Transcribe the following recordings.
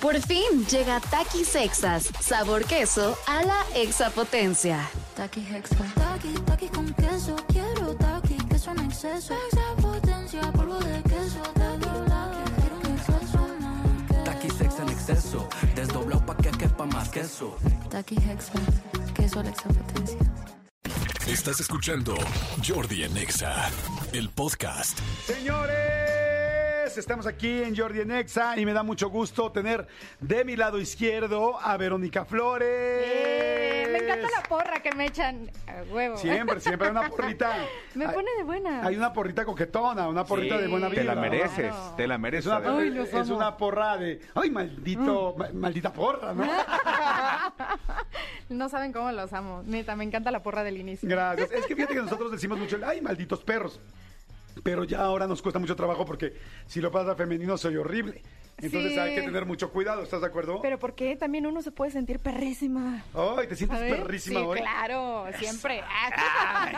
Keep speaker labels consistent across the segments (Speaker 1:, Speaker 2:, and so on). Speaker 1: Por fin llega Taqui Sexas, sabor queso a la exapotencia.
Speaker 2: Taqui Hexa. Taqui, taqui con queso. Quiero taqui, queso en exceso. Extra potencia, polvo de queso. Taqui, taqui, quiero un exceso más.
Speaker 3: Taqui sex en exceso, desdoblado pa' que quepa más queso.
Speaker 2: Taqui Hexa. Queso a la extra potencia.
Speaker 4: Estás escuchando Jordi en Exa, el podcast.
Speaker 5: Señores, estamos aquí en Jordi en Exa y me da mucho gusto tener de mi lado izquierdo a Verónica Flores.
Speaker 6: Eh, me encanta la porra que me echan a huevo.
Speaker 5: Siempre, siempre hay una porrita.
Speaker 6: Me
Speaker 5: Hay-
Speaker 6: pone de buena.
Speaker 5: Hay una porrita coquetona, una porrita de buena vida.
Speaker 7: Te la mereces,
Speaker 6: Claro.
Speaker 7: te la
Speaker 5: Es
Speaker 7: mereces.
Speaker 5: una,
Speaker 7: Adela.
Speaker 6: Ay, los
Speaker 5: es
Speaker 6: amo. Mm.
Speaker 5: una porra de. ¡Ay, maldito! ma- maldita porra, ¿no?
Speaker 6: No saben cómo los amo. Neta, me encanta la porra del inicio.
Speaker 5: Gracias. Es que fíjate que nosotros decimos mucho el, ¡ay, malditos perros! Pero ya ahora nos cuesta mucho trabajo porque si lo pasa femenino soy horrible. Entonces
Speaker 6: Sí.
Speaker 5: hay que tener mucho cuidado, ¿estás de acuerdo?
Speaker 6: Pero ¿por qué también uno se puede sentir perrísima?
Speaker 5: Ay, te sientes
Speaker 6: ¿Sabes?
Speaker 5: perrísima
Speaker 6: sí,
Speaker 5: hoy.
Speaker 6: claro, siempre. Ah,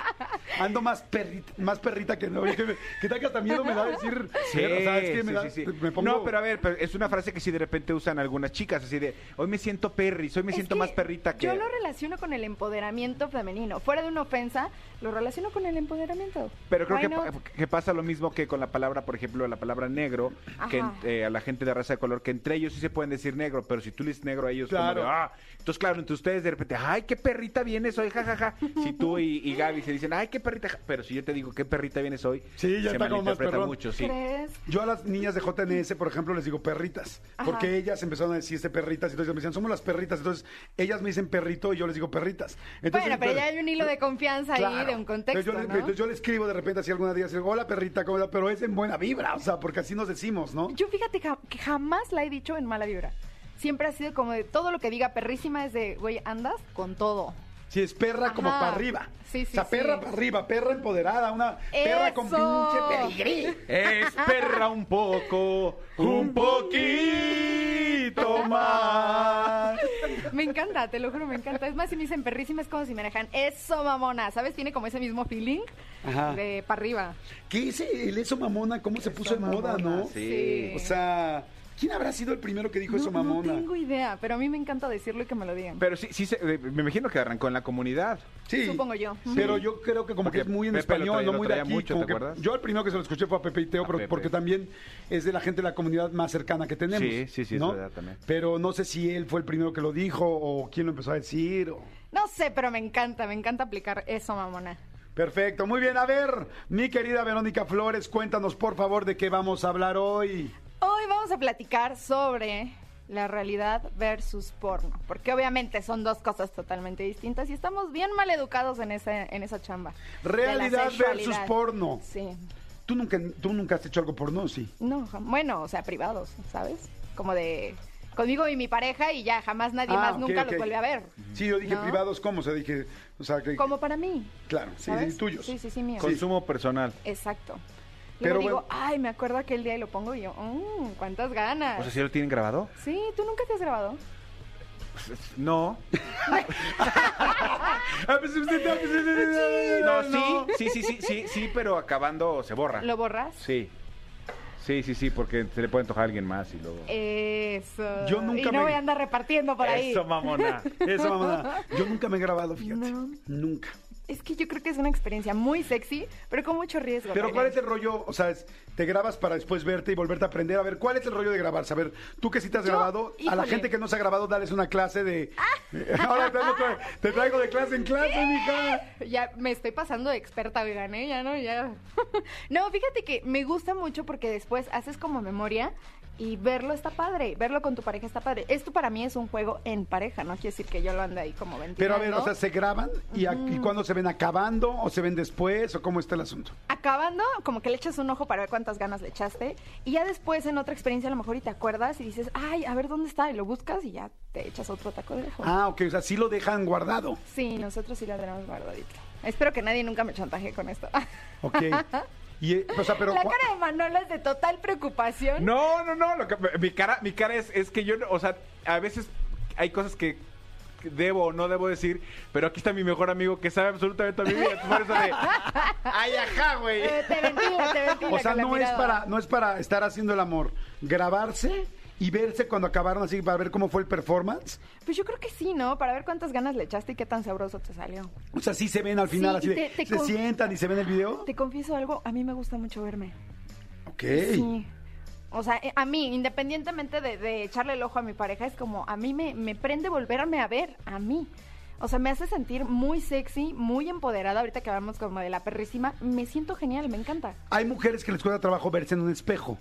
Speaker 5: Ando más perrita, más perrita que no. Que, me- que tal que hasta miedo me da decir. perro, ¿sabes qué? Me
Speaker 7: sí,
Speaker 5: da-
Speaker 7: sí, sí.
Speaker 5: me pongo-
Speaker 7: No, pero a ver, pero es una frase que sí de repente usan algunas chicas, así de, hoy me siento perris, hoy me
Speaker 6: es
Speaker 7: siento
Speaker 6: que
Speaker 7: más perrita que...
Speaker 6: Yo lo relaciono con el empoderamiento femenino. Fuera de una ofensa, lo relaciono con el empoderamiento.
Speaker 7: Pero creo
Speaker 6: Why
Speaker 7: que,
Speaker 6: not?
Speaker 7: pa- que pasa lo mismo que con la palabra, por ejemplo, la palabra negro, que en-
Speaker 6: Ajá.
Speaker 7: eh, a la gente de raza de color, que entre ellos sí se pueden decir negro, pero si tú le dices negro a ellos, como
Speaker 5: Claro.
Speaker 7: de, ah, entonces claro, entre ustedes de repente, ay, qué perrita vienes hoy, jajaja. Si tú y, y Gaby se dicen, ay, qué perrita, ja-", pero si yo te digo, qué perrita vienes hoy,
Speaker 5: Sí, ya
Speaker 7: se
Speaker 5: está como más
Speaker 7: malinterpreta
Speaker 5: perrón.
Speaker 7: mucho, sí.
Speaker 6: ¿Crees?
Speaker 5: Yo a las niñas de JNS, por ejemplo, les digo perritas,
Speaker 6: Ajá.
Speaker 5: porque ellas empezaron a decir este perritas, entonces me decían, somos las perritas, entonces ellas me dicen perrito y yo les digo perritas. Entonces,
Speaker 6: bueno, pero ya hay un hilo de confianza ahí,
Speaker 5: Claro.
Speaker 6: de un contexto.
Speaker 5: Entonces yo, le-
Speaker 6: ¿no?
Speaker 5: entonces yo le escribo de repente así alguna día, así, hola perrita, ¿cómo estás? Pero es en buena vibra, o sea, porque así nos decimos, ¿no?
Speaker 6: Yo fíjate ja- que jamás la he dicho en mala vibra. Siempre ha sido como de todo lo que diga perrísima es de, güey, andas con todo.
Speaker 5: Si es perra como
Speaker 6: Ajá.
Speaker 5: para arriba.
Speaker 6: Sí, sí,
Speaker 5: O sea,
Speaker 6: sí.
Speaker 5: perra para arriba, perra empoderada, una perra con
Speaker 6: ¡Eso!
Speaker 5: pinche pedigrí.
Speaker 7: Es perra un poco, un poquito más.
Speaker 6: Me encanta, te lo juro, me encanta. Es más, si me dicen perrísima es como si me dejan, eso mamona, ¿sabes? Tiene como ese mismo feeling
Speaker 5: Ajá.
Speaker 6: de para arriba.
Speaker 5: ¿Qué es el eso mamona? ¿Cómo se puso en Pues moda, no?
Speaker 6: Sí.
Speaker 5: O sea, ¿quién habrá sido el primero que dijo eso mamona?
Speaker 6: No tengo idea, pero a mí me encanta decirlo y que me lo digan.
Speaker 7: Pero sí, sí, se- eh, me imagino que arrancó en la comunidad.
Speaker 5: Sí.
Speaker 6: Supongo yo.
Speaker 5: Pero yo creo que como
Speaker 7: Porque
Speaker 5: que es muy en
Speaker 7: Pepe lo
Speaker 5: español,
Speaker 7: traía-
Speaker 5: no
Speaker 7: lo
Speaker 5: muy de
Speaker 7: traía
Speaker 5: aquí.
Speaker 7: mucho,
Speaker 5: como
Speaker 7: ¿te
Speaker 5: que-
Speaker 7: acuerdas?
Speaker 5: yo el primero que se lo escuché fue a Pepe y Teo,
Speaker 7: A
Speaker 5: pero-
Speaker 7: Pepe.
Speaker 5: porque también es de la gente de la comunidad más cercana que tenemos.
Speaker 7: Sí, sí, sí, es
Speaker 5: ¿no?
Speaker 7: verdad también.
Speaker 5: Pero no sé si él fue el primero que lo dijo o quién lo empezó a decir. o-
Speaker 6: No sé, pero me encanta, me encanta aplicar eso mamona.
Speaker 5: Perfecto, muy bien. A ver, mi querida Verónica Flores, cuéntanos por favor de qué vamos a hablar hoy.
Speaker 6: Hoy vamos a platicar sobre la realidad versus porno, porque obviamente son dos cosas totalmente distintas y estamos bien mal educados en esa, en esa chamba. de la
Speaker 5: Realidad
Speaker 6: sexualidad.
Speaker 5: versus porno.
Speaker 6: Sí.
Speaker 5: Tú nunca, tú nunca has hecho algo porno, sí.
Speaker 6: No, jam- bueno, o sea, privados, ¿sabes? Como de conmigo y mi pareja y ya jamás nadie
Speaker 5: Ah,
Speaker 6: más
Speaker 5: ok,
Speaker 6: nunca
Speaker 5: ok.
Speaker 6: los vuelve a ver.
Speaker 5: Sí, yo dije
Speaker 6: ¿No?
Speaker 5: privados, ¿cómo? O sea, dije, o sea, que,
Speaker 6: Como para mí.
Speaker 5: claro, sí,
Speaker 6: ¿sabes?
Speaker 5: tuyos.
Speaker 6: Sí, sí, sí, mío.
Speaker 7: Consumo personal.
Speaker 6: Exacto.
Speaker 5: Pero
Speaker 6: Pero digo,
Speaker 5: bueno.
Speaker 6: ay, me acuerdo aquel día y lo pongo y yo, "Mm, ¿cuántas ganas?
Speaker 7: O sea, ¿sí lo tienen grabado?
Speaker 6: Sí, ¿tú nunca te has grabado?
Speaker 7: No. Ah, pues,
Speaker 5: No,
Speaker 7: No, sí, sí, sí, sí, sí, sí, pero acabando se
Speaker 5: Ah.
Speaker 7: borra.
Speaker 6: ¿Lo borras?
Speaker 7: Sí. Sí, sí, sí, porque se le puede antojar a alguien más y luego...
Speaker 6: Eso.
Speaker 5: Yo nunca
Speaker 6: y no
Speaker 5: me-
Speaker 6: voy a andar repartiendo por ahí.
Speaker 7: Eso, mamona.
Speaker 5: Eso, mamá. Yo nunca me he grabado, fíjate.
Speaker 6: No.
Speaker 5: Nunca.
Speaker 6: Es que yo creo que es una experiencia muy sexy, pero con mucho riesgo.
Speaker 5: Pero
Speaker 6: Karen.
Speaker 5: ¿cuál es el rollo? O sea, es- te grabas para después verte y volverte a aprender. A ver, ¿cuál es el rollo de grabarse? A ver, tú que sí te has
Speaker 6: Yo,
Speaker 5: grabado, a la
Speaker 6: híjole. Ah.
Speaker 5: gente que no se ha grabado, dales una clase de... Ahora te traigo, te traigo de clase en clase, mija.
Speaker 6: Ya me estoy pasando de experta, oigan, ¿eh? Ya no, ya. no, fíjate que me gusta mucho porque después haces como memoria y verlo está padre. Verlo con tu pareja está padre. Esto para mí es un juego en pareja, no quiere decir que yo lo ande ahí como ventilando.
Speaker 5: Pero a ver, o sea, ¿se graban? ¿Y, a- y cuándo se ven acabando? ¿O se ven después? ¿O cómo está el asunto?
Speaker 6: acabando, como que le echas un ojo para ver cuántas ganas le echaste. Y ya después, en otra experiencia, a lo mejor y te acuerdas y dices, ay, a ver dónde está. Y lo buscas y ya te echas otro taco de lejos.
Speaker 5: Ah, ok, o sea, sí lo dejan guardado.
Speaker 6: Sí, nosotros sí la tenemos guardadita. Espero que nadie nunca me chantaje con esto.
Speaker 5: Ok. Y, eh, o sea, pero...
Speaker 6: la
Speaker 5: cua-
Speaker 6: cara de Manolo es de total preocupación.
Speaker 7: No, no, no. lo que- mi cara, mi cara es, es que yo, no- o sea, a veces hay cosas que que debo o no debo decir, pero aquí está mi mejor amigo que sabe absolutamente toda mi vida. Por eso de, ay, ajá, güey.
Speaker 6: Eh, te ventila, te ventila
Speaker 5: O sea,
Speaker 6: con Eh, la
Speaker 5: no es,
Speaker 6: mirada.
Speaker 5: para, no es para estar haciendo el amor. Grabarse y verse cuando acabaron así para ver cómo fue el performance.
Speaker 6: Pues yo creo que sí, ¿no? Para ver cuántas ganas le echaste y qué tan sabroso te salió.
Speaker 5: O sea, sí se ven al final,
Speaker 6: Sí,
Speaker 5: así de-
Speaker 6: te- te
Speaker 5: se
Speaker 6: con-
Speaker 5: sientan y se ven el video.
Speaker 6: Te confieso algo, a mí me gusta mucho verme.
Speaker 5: Ok.
Speaker 6: Sí. O sea, eh, a mí, independientemente de, de echarle el ojo a mi pareja, es como, a mí me, me prende volverme a ver, a mí. O sea, me hace sentir muy sexy, muy empoderada. Ahorita que hablamos como de la perrísima, me siento genial, me encanta.
Speaker 5: Hay mujeres que les cuesta trabajo verse en un espejo,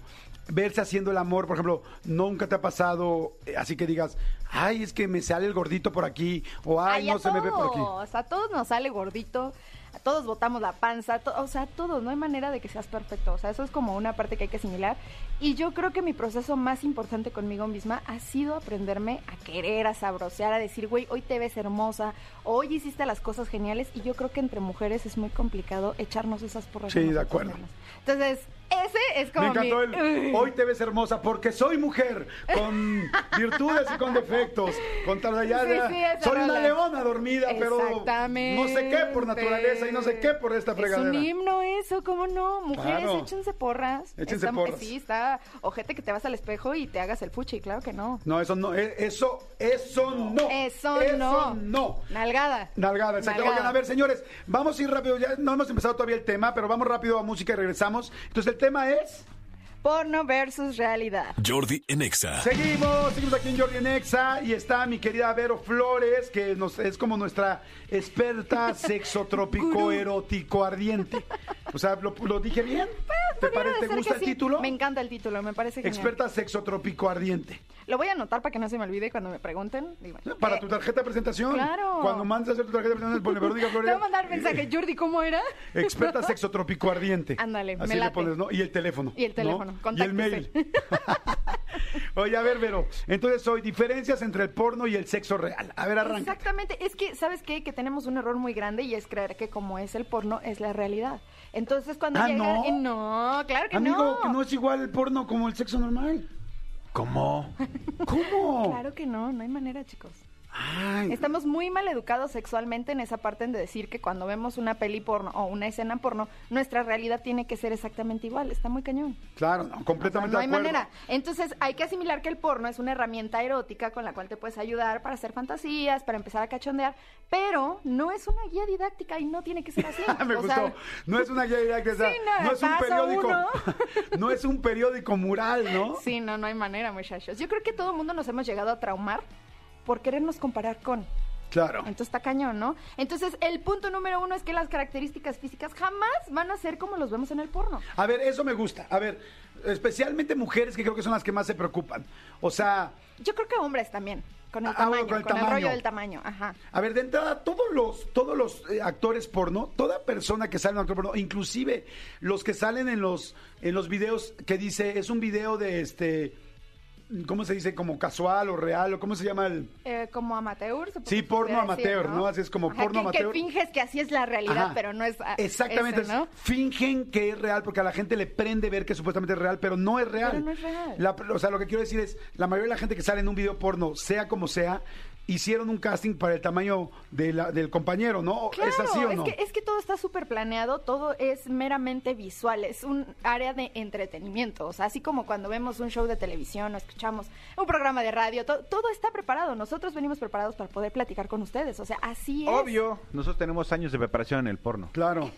Speaker 5: verse haciendo el amor, por ejemplo, nunca te ha pasado eh, así que digas, ay, es que me sale el gordito por aquí, o ay,
Speaker 6: Ay,
Speaker 5: no
Speaker 6: a
Speaker 5: se me ve por aquí.
Speaker 6: todos, A todos nos sale gordito, a todos botamos la panza, to- o sea, a todos, no hay manera de que seas perfecto. O sea, eso es como una parte que hay que asimilar. Y yo creo que mi proceso más importante conmigo misma ha sido aprenderme a querer, a sabrosear, a decir, güey, hoy te ves hermosa, hoy hiciste las cosas geniales. Y yo creo que entre mujeres es muy complicado echarnos esas porras.
Speaker 5: Sí,
Speaker 6: a
Speaker 5: de
Speaker 6: nosotras
Speaker 5: acuerdo.
Speaker 6: mismas. Entonces, ese es
Speaker 5: Me
Speaker 6: como
Speaker 5: encantó
Speaker 6: mi-
Speaker 5: el. Hoy te ves hermosa porque soy mujer, con virtudes y con defectos. Con tal de ya-
Speaker 6: Sí,
Speaker 5: ya-
Speaker 6: sí, esa
Speaker 5: soy una
Speaker 6: rola.
Speaker 5: leona dormida, pero no sé qué por naturaleza y no sé qué por esta
Speaker 6: Es un
Speaker 5: fregadera.
Speaker 6: himno eso, ¿cómo no? Mujeres,
Speaker 5: Claro.
Speaker 6: échense porras.
Speaker 5: Échense
Speaker 6: Está-
Speaker 5: porras.
Speaker 6: Sí, está ojete que te vas al espejo y te hagas el fuchi, claro que no.
Speaker 5: No, eso no, eh, eso, eso no.
Speaker 6: Eso,
Speaker 5: Eso no.
Speaker 6: Nalgada.
Speaker 5: Nalgada, exacto.
Speaker 6: Nalgada.
Speaker 5: Oigan, a ver, señores, vamos a ir rápido. Ya no hemos empezado todavía el tema, pero vamos rápido a música y regresamos. Entonces, el tema es.
Speaker 6: Porno versus realidad.
Speaker 4: Jordi en Exa.
Speaker 5: Seguimos, seguimos aquí en Jordi en Exa y está mi querida Vero Flores, que nos, es como nuestra experta sexotrópico erótico ardiente. O sea, ¿lo, lo dije bien? ¿Te,
Speaker 6: Pues, Pudiera
Speaker 5: pare- te
Speaker 6: ser que
Speaker 5: gusta el
Speaker 6: sí.
Speaker 5: título?
Speaker 6: Me encanta el título, me parece genial.
Speaker 5: Experta sexotrópico ardiente.
Speaker 6: Lo voy a anotar para que no se me olvide cuando me pregunten. Digo,
Speaker 5: Para
Speaker 6: eh,
Speaker 5: tu tarjeta de presentación.
Speaker 6: Claro.
Speaker 5: Cuando mandes a hacer tu tarjeta de presentación, pone Verónica
Speaker 6: Te
Speaker 5: Flores.
Speaker 6: voy a mandar mensaje, Jordi, ¿cómo era?
Speaker 5: Experta sexotrópico ardiente.
Speaker 6: Ándale,
Speaker 5: Así
Speaker 6: me
Speaker 5: le
Speaker 6: late.
Speaker 5: pones, ¿no? Y el teléfono.
Speaker 6: Y el teléfono,
Speaker 5: ¿no? Y el
Speaker 6: contáctese.
Speaker 5: mail. Oye, a ver, Vero. Entonces, hoy, diferencias entre el porno y el sexo real. A ver, arranca.
Speaker 6: Exactamente, es que, ¿sabes qué? Que tenemos un error muy grande y es creer que como es el porno, es la realidad. Entonces, cuando
Speaker 5: Ah,
Speaker 6: llega...
Speaker 5: ¿no?
Speaker 6: eh, no, claro que
Speaker 5: Amigo,
Speaker 6: no.
Speaker 5: que no es igual el porno como el sexo normal. ¿Cómo? ¿Cómo?
Speaker 6: Claro que no, no hay manera, chicos.
Speaker 5: Ay,
Speaker 6: Estamos muy mal educados sexualmente en esa parte de decir que cuando vemos una peli porno o una escena porno, nuestra realidad tiene que ser exactamente igual. Está muy cañón.
Speaker 5: claro, no, completamente
Speaker 6: No
Speaker 5: de
Speaker 6: hay
Speaker 5: acuerdo.
Speaker 6: manera. Entonces hay que asimilar que el porno es una herramienta erótica con la cual te puedes ayudar para hacer fantasías, para empezar a cachondear, pero no es una guía didáctica y no tiene que ser así.
Speaker 5: Me
Speaker 6: O
Speaker 5: gustó.
Speaker 6: sea,
Speaker 5: no es una guía directa, o sea,
Speaker 6: Sí, no,
Speaker 5: no es un
Speaker 6: paso
Speaker 5: periódico.
Speaker 6: uno.
Speaker 5: no es un periódico mural, ¿no?
Speaker 6: Sí, no, no hay manera, muchachos. Yo creo que todo el mundo nos hemos llegado a traumar por querernos comparar con.
Speaker 5: Claro.
Speaker 6: Entonces está cañón, ¿no? Entonces el punto número uno es que las características físicas jamás van a ser como los vemos en el porno.
Speaker 5: A ver, eso me gusta. A ver, especialmente mujeres que creo que son las que más se preocupan. O sea,
Speaker 6: Yo creo que hombres también, con el
Speaker 5: Ah,
Speaker 6: tamaño,
Speaker 5: bueno, con el tamaño.
Speaker 6: rollo del tamaño, ajá.
Speaker 5: a ver, de entrada, todos los, todos los eh, actores porno, toda persona que sale en un actor porno, inclusive los que salen en los, en los videos que dice, es un video de este, ¿cómo se dice? Como casual o real, o cómo se llama el.
Speaker 6: Eh, como amateur, supongo
Speaker 5: Sí,
Speaker 6: que se
Speaker 5: porno
Speaker 6: pudiera decir,
Speaker 5: amateur, ¿no? Así es como
Speaker 6: Ajá,
Speaker 5: porno
Speaker 6: que-
Speaker 5: amateur.
Speaker 6: Que finges que así es la realidad,
Speaker 5: Ajá.
Speaker 6: pero no es. ah,
Speaker 5: Exactamente,
Speaker 6: ese, ¿no?
Speaker 5: entonces, fingen que es real porque a la gente le prende ver que supuestamente es real, pero no es real.
Speaker 6: Pero no es real.
Speaker 5: La- o sea, lo que quiero decir es, la mayoría de la gente que sale en un video porno, sea como sea, hicieron un casting para el tamaño de la- del compañero, ¿no? ¿Es
Speaker 6: Claro,
Speaker 5: así o
Speaker 6: es
Speaker 5: no?
Speaker 6: que, es que todo está súper planeado, todo es meramente visual, es un área de entretenimiento. O sea, así como cuando vemos un show de televisión o escuchamos un programa de radio, to- todo está preparado. Nosotros venimos preparados para poder platicar con ustedes. O sea, así es.
Speaker 7: Obvio, nosotros tenemos años de preparación en el porno.
Speaker 5: Claro.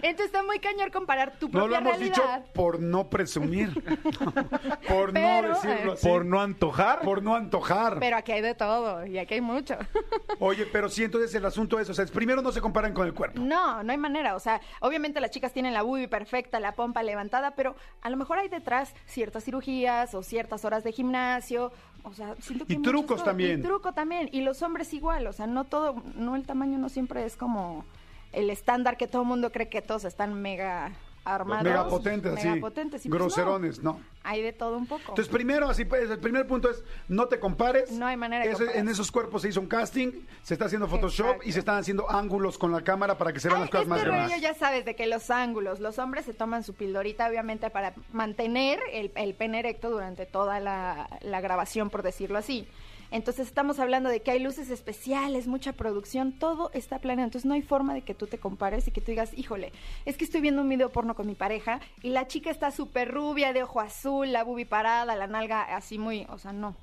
Speaker 6: Entonces está muy cañón comparar tu
Speaker 5: No lo
Speaker 6: propia
Speaker 5: hemos dicho
Speaker 6: realidad.
Speaker 5: por no presumir, por no
Speaker 6: Pero,
Speaker 5: decirlo
Speaker 6: eh,
Speaker 5: así,
Speaker 7: Por
Speaker 5: por,
Speaker 7: no antojar.
Speaker 5: no antojar.
Speaker 6: Pero aquí hay de todo y aquí hay mucho.
Speaker 5: Oye, pero sí, entonces el asunto es, o sea, es primero no se comparan con el cuerpo.
Speaker 6: No, no hay manera. O sea, obviamente las chicas tienen la bubi perfecta, la pompa levantada, pero a lo mejor hay detrás ciertas cirugías o ciertas horas de gimnasio. O sea, siento que
Speaker 5: Y
Speaker 6: hay muchas
Speaker 5: trucos
Speaker 6: cosas.
Speaker 5: también.
Speaker 6: Y truco también. Y los hombres igual. O sea, no todo, no el tamaño no siempre es como el estándar que todo el mundo cree que todos están mega
Speaker 5: Pues
Speaker 6: armados.
Speaker 5: Megapotentes, así,
Speaker 6: megapotentes, y pues
Speaker 5: groserones, no.
Speaker 6: Hay de todo un poco.
Speaker 5: Entonces, primero, así pues, el primer punto es no te compares.
Speaker 6: No hay manera de
Speaker 5: Eso-
Speaker 6: comparar.
Speaker 5: En esos cuerpos se hizo un casting, se está haciendo Photoshop
Speaker 6: Exacto.
Speaker 5: y se están haciendo ángulos con la cámara para que se vean
Speaker 6: Ay,
Speaker 5: las cosas más
Speaker 6: este rollo
Speaker 5: grandes.
Speaker 6: ya sabes de que los ángulos, los hombres se toman su pildorita obviamente para mantener el, el pene erecto durante toda la, la grabación, por decirlo así. Entonces estamos hablando de que hay luces especiales, mucha producción, todo está planeado. Entonces no hay forma de que tú te compares y que tú digas, híjole, es que estoy viendo un video porno con mi pareja y la chica está súper rubia, de ojo azul, la bubi parada, la nalga así muy, o sea, no.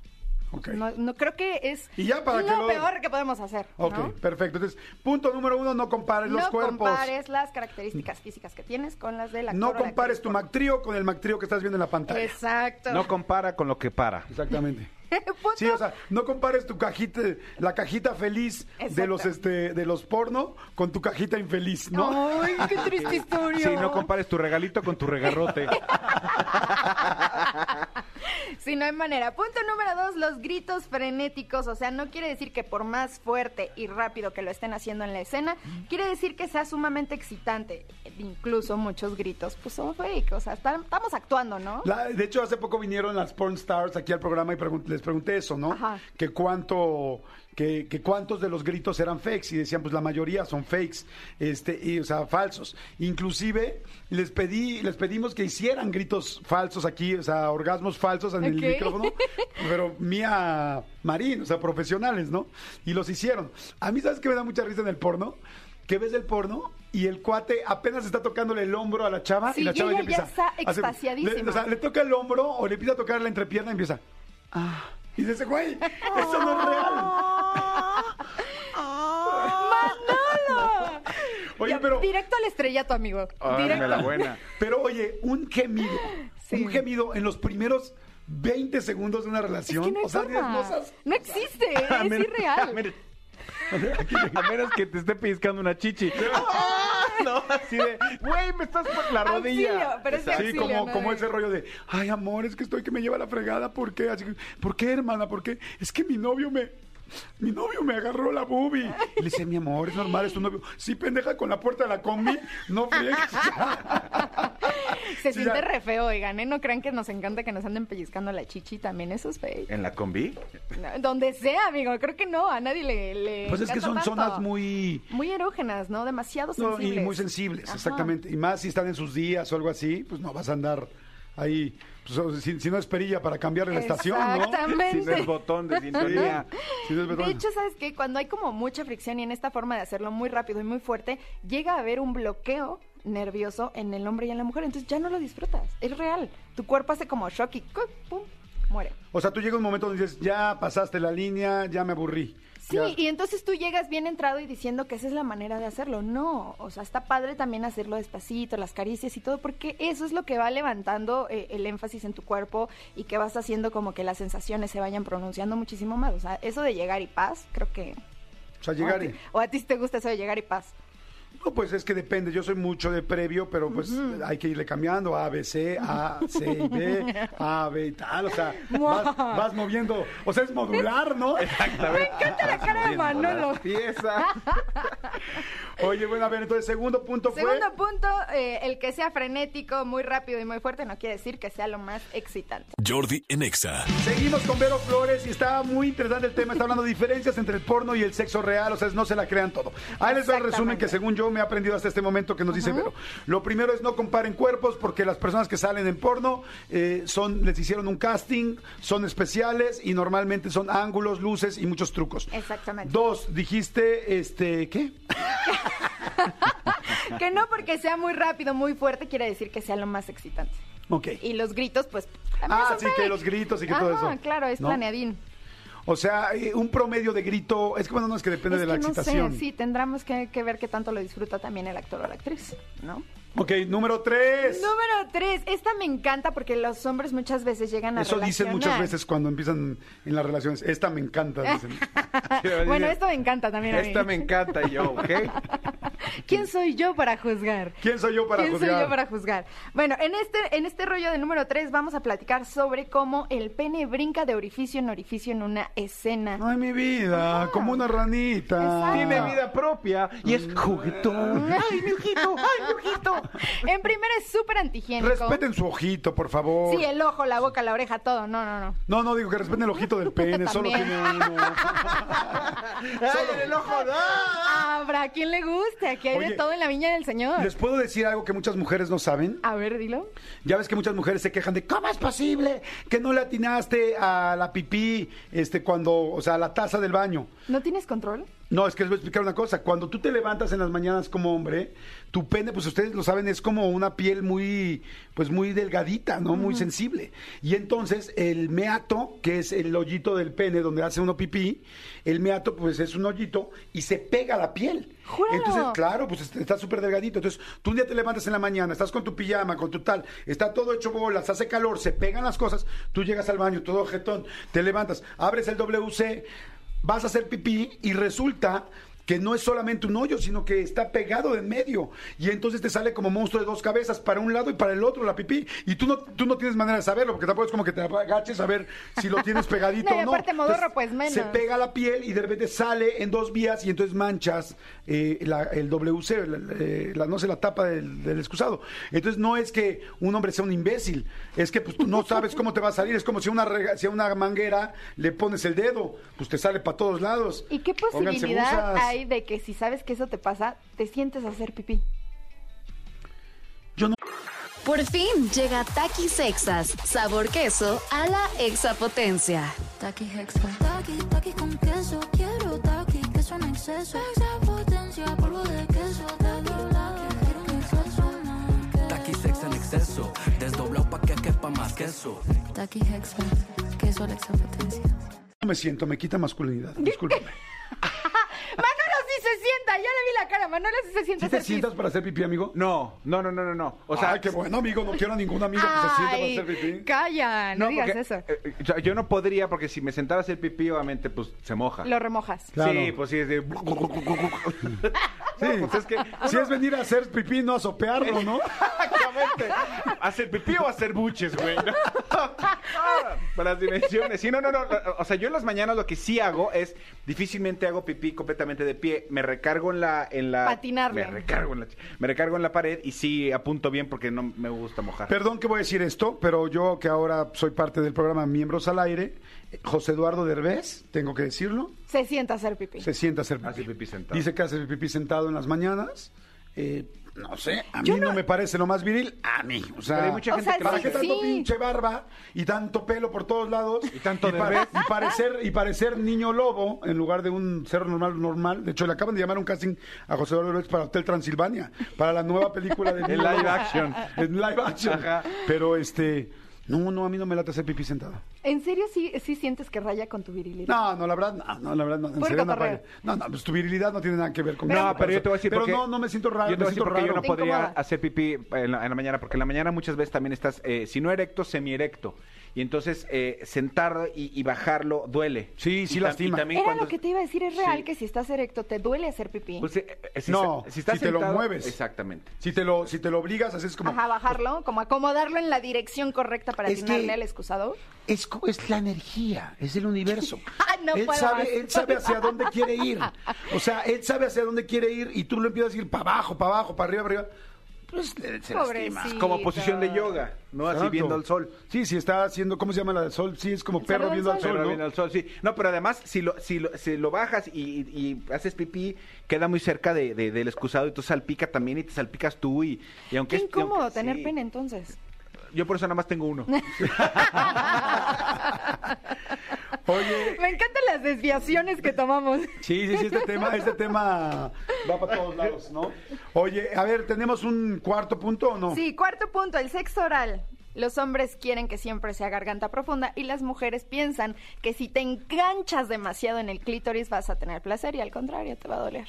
Speaker 5: Ok.
Speaker 6: No, no creo que es
Speaker 5: Y ya para que
Speaker 6: lo
Speaker 5: lo-
Speaker 6: peor que podemos hacer. ¿no?
Speaker 5: Ok, perfecto. Entonces, punto número uno, no compares los
Speaker 6: No
Speaker 5: cuerpos.
Speaker 6: compares las características físicas que tienes con las del actor o
Speaker 5: no
Speaker 6: la actriz
Speaker 5: compares tu
Speaker 6: porno.
Speaker 5: Mactrío con el Mactrío que estás viendo en la pantalla.
Speaker 6: Exacto.
Speaker 7: No compara con lo que para.
Speaker 5: Exactamente.
Speaker 6: Punto.
Speaker 5: Sí, o sea, no compares tu cajita, la cajita feliz de
Speaker 6: Exacto.
Speaker 5: los este, de los porno con tu cajita infeliz, ¿no?
Speaker 6: Ay, qué triste historia.
Speaker 7: Sí, no compares tu regalito con tu regarrote.
Speaker 6: Sí, no hay manera. Punto número dos, los gritos frenéticos. O sea, no quiere decir que por más fuerte y rápido que lo estén haciendo en la escena, quiere decir que sea sumamente excitante. Incluso muchos gritos, pues son fake. O sea, están- estamos actuando, ¿no?
Speaker 5: La- de hecho, hace poco vinieron las porn stars aquí al programa y pregun- les pregunté eso, ¿no?
Speaker 6: Ajá.
Speaker 5: Que cuánto, que, que cuántos de los gritos eran fakes y decían, pues la mayoría son fakes, este, y, o sea, falsos. Inclusive les pedí, les pedimos que hicieran gritos falsos aquí, o sea, orgasmos falsos en el
Speaker 6: Ok.
Speaker 5: micrófono, pero mía Marín, o sea, profesionales, ¿no? Y los hicieron. A mí sabes que me da mucha risa en el porno. Que ves el porno y el cuate apenas está tocándole el hombro a la chava Ah,
Speaker 6: Sí,
Speaker 5: y la
Speaker 6: y
Speaker 5: chava
Speaker 6: ella ya está
Speaker 5: a hacer-
Speaker 6: extasiadísima.
Speaker 5: le- o sea, le toca el hombro o le empieza a tocar la entrepierna y empieza. "Ah". Y dice, güey, eso no es real.
Speaker 6: Ah. ¡Manolo!
Speaker 5: Oye,
Speaker 6: Ya,
Speaker 5: pero-
Speaker 6: Directo al estrellato, amigo.
Speaker 5: Ah,
Speaker 7: Dame
Speaker 6: Directo.
Speaker 7: la buena.
Speaker 5: Pero oye, un gemido,
Speaker 6: Sí.
Speaker 5: un gemido en los primeros 20 segundos de una
Speaker 6: Es
Speaker 5: relación.
Speaker 6: que no hay
Speaker 5: o sea,
Speaker 6: forma.
Speaker 5: hermosas.
Speaker 6: No existe,
Speaker 5: Ah,
Speaker 7: A
Speaker 6: es
Speaker 7: menos- A
Speaker 6: irreal.
Speaker 7: menos, a menos que te esté piscando una chichi. No, así de, güey, me estás por la rodilla.
Speaker 6: Auxilio, pero es de
Speaker 5: Sí,
Speaker 6: auxilio,
Speaker 5: como,
Speaker 6: ¿no?
Speaker 5: como
Speaker 6: De-
Speaker 5: ese rollo de, ay, amor, es que estoy que me lleva la fregada, ¿por qué? Así que, ¿Por qué, hermana? ¿Por qué? Es que mi novio me... Mi novio me agarró la boobie. Y le dice, mi amor, es normal, es tu novio. Sí, pendeja, con la puerta de la combi, no friegues.
Speaker 6: Se
Speaker 5: Sí, ya.
Speaker 6: siente re feo, oigan, ¿eh? No crean que nos encanta que nos anden pellizcando la chichi también, eso es fake.
Speaker 5: Eh.
Speaker 7: ¿En la combi?
Speaker 6: No, Donde sea, amigo, creo que no, a nadie le. le
Speaker 5: Pues es que
Speaker 6: encanta
Speaker 5: son
Speaker 6: tanto.
Speaker 5: zonas muy...
Speaker 6: Muy erógenas, ¿no? Demasiado
Speaker 5: No,
Speaker 6: sensibles.
Speaker 5: y muy sensibles,
Speaker 6: Ajá.
Speaker 5: exactamente. Y más si están en sus días o algo así, pues no vas a andar ahí. pues, o sea, si, si no es perilla para cambiar la estación, ¿no?
Speaker 6: Exactamente.
Speaker 7: Si no es botón de sintonía.
Speaker 5: Si no es
Speaker 6: De
Speaker 5: verdad.
Speaker 6: hecho, ¿sabes qué? Cuando hay como mucha fricción y en esta forma de hacerlo muy rápido y muy fuerte, llega a haber un bloqueo nervioso en el hombre y en la mujer. Entonces ya no lo disfrutas. Es real. Tu cuerpo hace como shock y cu- pum, muere.
Speaker 5: O sea, tú llega un momento donde dices, ya pasaste la línea, ya me aburrí.
Speaker 6: Sí,
Speaker 5: Ya.
Speaker 6: y entonces tú llegas bien entrado y diciendo que esa es la manera de hacerlo. No, o sea, está padre también hacerlo despacito, las caricias y todo, porque eso es lo que va levantando eh, el énfasis en tu cuerpo y que vas haciendo como que las sensaciones se vayan pronunciando muchísimo más. O sea, eso de llegar y paz, creo que...
Speaker 5: O sea, llegar.
Speaker 6: O a,
Speaker 5: y-
Speaker 6: ti, o a ti te gusta eso de llegar y paz.
Speaker 5: No, pues es que depende. Yo soy mucho de previo, pero pues hay que irle cambiando. A, B, C, A, C y B, A, B y tal. O sea, vas, vas moviendo. O sea, es modular, ¿no?
Speaker 7: Me
Speaker 5: Ah,
Speaker 7: encanta
Speaker 6: la cara de Manolo.
Speaker 7: Pieza.
Speaker 5: Oye, bueno, a ver, entonces, segundo punto fue.
Speaker 6: Segundo punto, eh, el que sea frenético, muy rápido y muy fuerte no quiere decir que sea lo más excitante.
Speaker 4: Jordi en Exa.
Speaker 5: Seguimos con Vero Flores y está muy interesante el tema. Está hablando de diferencias entre el porno y el sexo real. O sea, no se la crean todo. Ahí les doy el resumen
Speaker 6: Exactamente.
Speaker 5: que según yo me he aprendido hasta este momento que nos dice Vero. Lo primero es no comparen cuerpos porque las personas que salen en porno eh, son, les hicieron un casting, son especiales y normalmente son ángulos, luces y muchos trucos.
Speaker 6: Exactamente.
Speaker 5: Dos, dijiste, este, ¿qué?
Speaker 6: Que no porque sea muy rápido, muy fuerte, quiere decir que sea lo más excitante.
Speaker 5: Ok.
Speaker 6: Y los gritos, pues. también
Speaker 5: Ah,
Speaker 6: son
Speaker 5: sí, que
Speaker 6: fake.
Speaker 5: los gritos y que todo
Speaker 6: Ajá,
Speaker 5: eso.
Speaker 6: claro, es
Speaker 5: ¿no?
Speaker 6: planeadín.
Speaker 5: O sea, eh, un promedio de grito, es que bueno, no es que depende
Speaker 6: Es
Speaker 5: de la
Speaker 6: que no
Speaker 5: excitación.
Speaker 6: sé, sí, tendremos que, que ver qué tanto lo disfruta también el actor o la actriz, ¿no?
Speaker 5: Ok, número tres.
Speaker 6: Número tres, esta me encanta porque los hombres muchas veces llegan a
Speaker 5: Eso dicen muchas
Speaker 6: relacionar.
Speaker 5: veces cuando empiezan en las relaciones. Esta me encanta, dicen.
Speaker 6: Ah, Bueno, esto me encanta también a mí.
Speaker 7: Esta me encanta y yo, ¿ok?
Speaker 6: ¿Quién soy yo para juzgar?
Speaker 5: ¿Quién soy yo para
Speaker 6: ¿Quién
Speaker 5: juzgar?
Speaker 6: soy yo para juzgar? Bueno, en este, en este rollo de número 3 vamos a platicar sobre cómo el pene brinca de orificio en orificio en una escena.
Speaker 5: Ay, mi vida, como una ranita.
Speaker 6: Ah. Exacto.
Speaker 7: Tiene vida propia y es juguetón.
Speaker 6: ¡Ay, mi ojito! ¡Ay, mi ojito! En primera es súper antihigiénico.
Speaker 5: Respeten su ojito, por favor.
Speaker 6: Sí, el ojo, la boca, la oreja, todo. No, no, no.
Speaker 5: No, no, digo que respeten el ojito del pene, solo
Speaker 6: También.
Speaker 5: tiene uno.
Speaker 7: ¡Ay, en el ojo! ¡Ah!
Speaker 6: habrá quien le guste. Aquí hay
Speaker 5: Oye,
Speaker 6: de todo en la viña del señor.
Speaker 5: ¿Les puedo decir algo que muchas mujeres no saben?
Speaker 6: A ver, dilo.
Speaker 5: Ya ves que muchas mujeres se quejan de cómo es posible que no le atinaste a la pipí, este, cuando, o sea, a la taza del baño.
Speaker 6: ¿No tienes control?
Speaker 5: No, es que les voy a explicar una cosa. Cuando tú te levantas en las mañanas como hombre, tu pene, pues ustedes lo saben, es como una piel muy, pues muy delgadita, ¿no? Muy sensible. Y entonces el meato, que es el hoyito del pene donde hace uno pipí, el meato, pues es un hoyito y se pega a la piel.
Speaker 6: ¡Júralo!
Speaker 5: Entonces, claro, pues est- está súper delgadito. Entonces, tú un día te levantas en la mañana, estás con tu pijama, con tu tal, está todo hecho bolas, hace calor, se pegan las cosas, tú llegas al baño, todo jetón, te levantas, abres el WC, vas a hacer pipí y resulta que no es solamente un hoyo, sino que está pegado de en medio. Y entonces te sale como monstruo de dos cabezas, para un lado y para el otro la pipí. Y tú no, tú no tienes manera de saberlo, porque tampoco es como que te agaches a ver si lo tienes pegadito
Speaker 6: No, y
Speaker 5: o no.
Speaker 6: aparte modorro,
Speaker 5: Entonces,
Speaker 6: pues, menos.
Speaker 5: Se pega la piel y de repente sale en dos vías y entonces manchas eh, la- el WC, la, eh, la- no sé, la tapa del, del excusado. Entonces no es que un hombre sea un imbécil, es que pues, tú no sabes cómo te va a salir. Es como si a una, rega- si a una manguera le pones el dedo, pues te sale para todos lados.
Speaker 6: ¿Y qué
Speaker 5: Pónganse
Speaker 6: posibilidad
Speaker 5: musas.
Speaker 6: hay de que si sabes que eso te pasa, te sientes a hacer pipí?
Speaker 1: Por fin llega Taqui Sexas, sabor queso a la exapotencia.
Speaker 2: Taki Hexa. Taki, taki con queso. Quiero taki, queso en exceso. Extra potencia, polvo de queso. Taki, taki, quiero un exceso más.
Speaker 3: Taqui sexa en exceso, desdoblado pa' que quepa más queso.
Speaker 2: Taki Hexa. Queso a la extra potencia.
Speaker 5: No me siento, me quita masculinidad. Discúlpame.
Speaker 6: Manolo sí se sienta, ya le vi la cara. Manolo sí se sienta
Speaker 5: ¿Sí
Speaker 6: a
Speaker 5: te
Speaker 6: hacer pis.
Speaker 5: sientas para hacer pipí, amigo?
Speaker 7: No, no, no, no, no, no. O sea,
Speaker 5: Ay, qué bueno, amigo. No quiero a ningún amigo que se
Speaker 6: Ay,
Speaker 5: sienta para hacer pipí.
Speaker 6: calla, no, digas
Speaker 7: porque,
Speaker 6: eso.
Speaker 7: eh, yo- yo no podría porque si me sentara a hacer pipí, obviamente, pues se moja.
Speaker 6: Lo remojas.
Speaker 5: Claro.
Speaker 7: Sí, pues sí, es de...
Speaker 5: Sí,
Speaker 7: No, pues es que...
Speaker 5: si es venir a hacer pipí, no a sopearlo, ¿no?
Speaker 7: Exactamente. ¿Hacer pipí o hacer buches, güey? No. Ah, Para las dimensiones. Sí, no, no, no. O sea, yo en las mañanas lo que sí hago es difícilmente hago pipí completamente de pie. Me recargo en la. En la
Speaker 6: Patinarle.
Speaker 7: Me recargo en la. Me recargo en la pared y sí apunto bien porque no me gusta mojar.
Speaker 5: Perdón que voy a decir esto, pero yo que ahora soy parte del programa Miembros al Aire, José Eduardo Derbez, tengo que decirlo,
Speaker 6: Se sienta a hacer pipí.
Speaker 5: se sienta a hacer pipí.
Speaker 7: Hace pipí sentado.
Speaker 5: Dice que hace pipí sentado en las mañanas. Eh, no sé, a mí
Speaker 6: Yo
Speaker 5: no...
Speaker 6: no-
Speaker 5: me parece lo más viril, a mí. O sea,
Speaker 7: Pero hay mucha
Speaker 6: O
Speaker 7: gente
Speaker 6: sea,
Speaker 7: que lo
Speaker 5: ¿Para
Speaker 6: sí,
Speaker 5: qué
Speaker 7: hace.
Speaker 5: tanto
Speaker 6: sí.
Speaker 5: pinche barba y tanto pelo por todos lados?
Speaker 7: Y tanto
Speaker 5: pa-
Speaker 7: Derbez.
Speaker 5: y parecer y parecer niño lobo en lugar de un cerro normal normal. De hecho, le acaban de llamar a un casting a José Eduardo Derbez para Hotel Transilvania, para la nueva película de
Speaker 7: En
Speaker 5: Niño
Speaker 7: live
Speaker 5: Lobo.
Speaker 7: action.
Speaker 5: En live action.
Speaker 7: Ajá.
Speaker 5: Pero este no, no, a mí no me late hacer pipí sentado.
Speaker 6: ¿En serio sí, sí sientes que raya con tu virilidad?
Speaker 5: No, no, la verdad, no, no la verdad, no. En
Speaker 6: Puro
Speaker 5: serio, no,
Speaker 6: cotorreo.
Speaker 5: vaya. no, no, pues tu virilidad no tiene nada que ver con
Speaker 7: No, pero yo te voy a decir
Speaker 5: Pero
Speaker 7: porque-
Speaker 5: no, no me siento raro,
Speaker 7: Yo te
Speaker 5: me
Speaker 7: voy a decir
Speaker 5: siento
Speaker 7: porque yo
Speaker 5: raro.
Speaker 7: no
Speaker 6: Te
Speaker 7: podría
Speaker 6: incomoda.
Speaker 7: hacer pipí eh, en la, en la mañana, porque en la mañana muchas veces también estás, eh, si no erecto, semi-erecto. Y entonces eh, sentarlo y, y bajarlo duele.
Speaker 5: Sí, sí
Speaker 7: Y tam-
Speaker 5: lastima.
Speaker 7: y también
Speaker 6: Era
Speaker 7: cuando-
Speaker 6: lo que te iba a decir, es real
Speaker 7: Sí.
Speaker 6: que si estás erecto te duele hacer pipí.
Speaker 7: Pues, eh, eh, si
Speaker 5: No,
Speaker 7: se- si, estás
Speaker 5: si te lo
Speaker 7: sentado-
Speaker 5: mueves.
Speaker 7: Exactamente.
Speaker 5: Si te lo si te lo obligas, así es como
Speaker 6: Ajá, bajarlo, como acomodarlo en la dirección correcta para
Speaker 5: Es que-
Speaker 6: atinarle al excusado.
Speaker 5: Es, co- es la energía, es el universo.
Speaker 6: Ay, Ah, no
Speaker 5: él,
Speaker 6: puedo más.
Speaker 5: sabe, él sabe hacia dónde quiere ir. O sea, él sabe hacia dónde quiere ir y tú lo empiezas a ir para abajo, para abajo, para arriba, para arriba. Pues le- se lastima.
Speaker 6: Pobrecito.
Speaker 7: Como posición de yoga, ¿no? Así
Speaker 5: Exacto.
Speaker 7: viendo al sol.
Speaker 5: Sí, sí, está haciendo, ¿cómo se llama la del sol? Sí, es como perro
Speaker 6: del
Speaker 5: viendo al
Speaker 6: sol.
Speaker 5: sol.
Speaker 7: Pero
Speaker 5: ¿no?
Speaker 7: viendo al sol, sí. No, pero además, si lo, si lo, si lo bajas y, y- y haces pipí, queda muy cerca de, de- del excusado y tú salpica también y te salpicas tú. Y, y
Speaker 6: Qué
Speaker 7: aunque es- y
Speaker 6: incómodo
Speaker 7: aunque-
Speaker 6: tener
Speaker 7: sí.
Speaker 6: pene entonces.
Speaker 7: Yo por eso nada más tengo uno.
Speaker 5: Oye,
Speaker 6: Me encantan las desviaciones que tomamos.
Speaker 5: sí, sí, sí, este tema, este tema va para todos lados, ¿no? Oye, a ver, ¿tenemos un cuarto punto o no?
Speaker 6: Sí, cuarto punto, el sexo oral. Los hombres quieren que siempre sea garganta profunda y las mujeres piensan que si te enganchas demasiado en el clítoris vas a tener placer y al contrario te va a doler.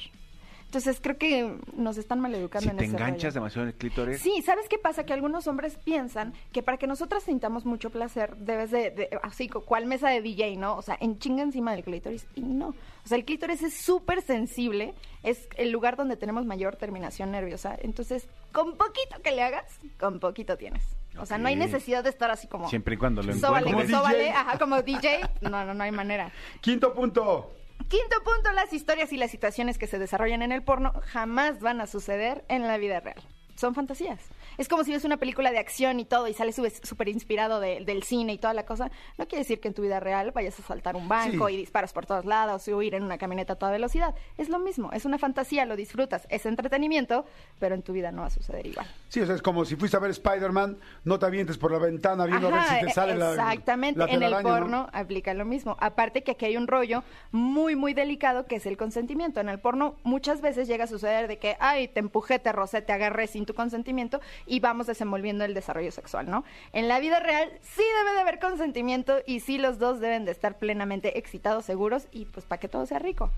Speaker 6: Entonces creo que nos están maleducando
Speaker 7: Si
Speaker 6: en
Speaker 7: te
Speaker 6: ese
Speaker 7: enganchas
Speaker 6: rollo.
Speaker 7: demasiado en el clítoris.
Speaker 6: Sí, ¿sabes qué pasa? Que algunos hombres piensan que para que nosotras sintamos mucho placer debes de, de- así, co- cual mesa de DJ, ¿no? O sea, en chinga encima del clítoris y no. O sea, el clítoris es súper sensible, es el lugar donde tenemos mayor terminación nerviosa. Entonces, con poquito que le hagas, con poquito tienes. O sea, no hay
Speaker 7: Ok.
Speaker 6: necesidad de estar así como...
Speaker 7: Siempre y cuando lo
Speaker 6: Sóbale,
Speaker 5: Como
Speaker 6: que
Speaker 7: encuentres.
Speaker 5: DJ.
Speaker 6: sóbale, ajá, como DJ. No, no, no hay manera.
Speaker 5: Quinto punto.
Speaker 6: Quinto punto, las historias y las situaciones que se desarrollan en el porno jamás van a suceder en la vida real. Son fantasías. es como si ves una película de acción y todo y sales subes- súper inspirado de- del cine y toda la cosa. No quiere decir que en tu vida real vayas a saltar un banco
Speaker 5: Sí.
Speaker 6: y disparas por todos lados y huir en una camioneta a toda velocidad. Es lo mismo, es una fantasía, lo disfrutas, es entretenimiento, pero en tu vida no va a suceder igual.
Speaker 5: Sí, o sea, es como si fuiste a ver Spider-Man, no te avientes por la ventana viendo a ver si
Speaker 6: e-
Speaker 5: te sale la
Speaker 6: exactamente.
Speaker 5: la
Speaker 6: en el
Speaker 5: telaraña, ¿no?
Speaker 6: porno aplica lo mismo. Aparte que aquí hay un rollo muy, muy delicado que es el consentimiento. En el porno muchas veces llega a suceder de que, ay, te empujé, te rocé, te agarré sin tu consentimiento y vamos desenvolviendo el desarrollo sexual, ¿no? En la vida real sí debe de haber consentimiento y sí los dos deben de estar plenamente excitados, seguros y pues para que todo sea rico.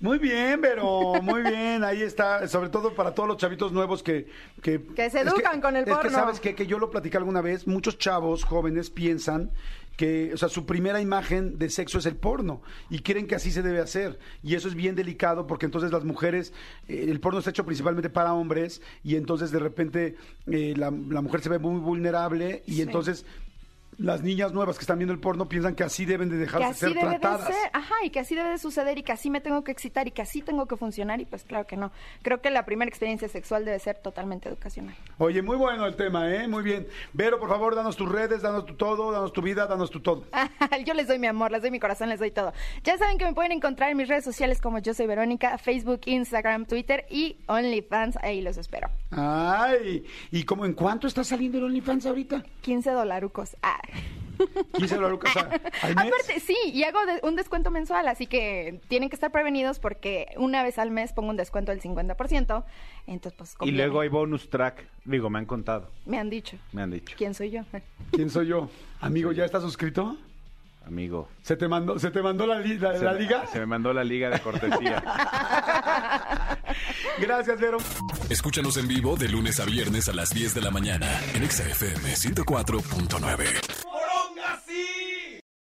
Speaker 5: Muy bien, pero muy bien, ahí está, sobre todo para todos los chavitos nuevos que... Que,
Speaker 6: Que se educan con el
Speaker 5: Es que
Speaker 6: porno.
Speaker 5: sabes que, que yo lo platicé alguna vez, muchos chavos jóvenes piensan que, o sea, su primera imagen de sexo es el porno y creen que así se debe hacer. Y eso es bien delicado porque entonces las mujeres, eh, el porno está hecho principalmente para hombres y entonces de repente eh, la, la mujer se ve muy vulnerable y entonces... Las niñas nuevas que están viendo el porno piensan que así deben de
Speaker 6: Que
Speaker 5: dejarse
Speaker 6: así
Speaker 5: ser
Speaker 6: debe
Speaker 5: tratadas.
Speaker 6: de ser, ajá, y que así debe de suceder y que así me tengo que excitar y que así tengo que funcionar y pues claro que no. Creo que la primera experiencia sexual debe ser totalmente educacional.
Speaker 5: Oye, muy bueno el tema, ¿eh? Muy bien. Vero, por favor, danos tus redes, danos tu todo, danos tu vida, danos tu todo.
Speaker 6: Yo les doy mi amor, les doy mi corazón, les doy todo. Ya saben que me pueden encontrar en mis redes sociales como yo soy Verónica, Facebook, Instagram, Twitter y OnlyFans. Ahí los espero.
Speaker 5: Ay, ¿y cómo en cuánto está saliendo el OnlyFans ahorita?
Speaker 6: 15 dolarucos. Ah.
Speaker 5: 15 dolarucos a- al mes.
Speaker 6: Aparte, sí, y hago de- un descuento mensual, así que tienen que estar prevenidos porque una vez al mes pongo un descuento del 50%. Entonces, pues,
Speaker 7: Y
Speaker 6: conviene.
Speaker 7: luego hay bonus track. Digo, me han contado,
Speaker 6: Me han dicho.
Speaker 7: me han dicho.
Speaker 6: ¿Quién soy yo?
Speaker 5: ¿Quién soy yo? Amigo, ¿ya estás suscrito?
Speaker 7: Amigo.
Speaker 5: ¿Se te mandó, se te mandó la, li- la-
Speaker 7: Se
Speaker 5: la
Speaker 7: me-
Speaker 5: liga?
Speaker 7: Se me mandó la liga de cortesía.
Speaker 5: Gracias, Vero.
Speaker 4: Escúchanos en vivo de lunes a viernes a las 10 de la mañana en Exa FM 104.9.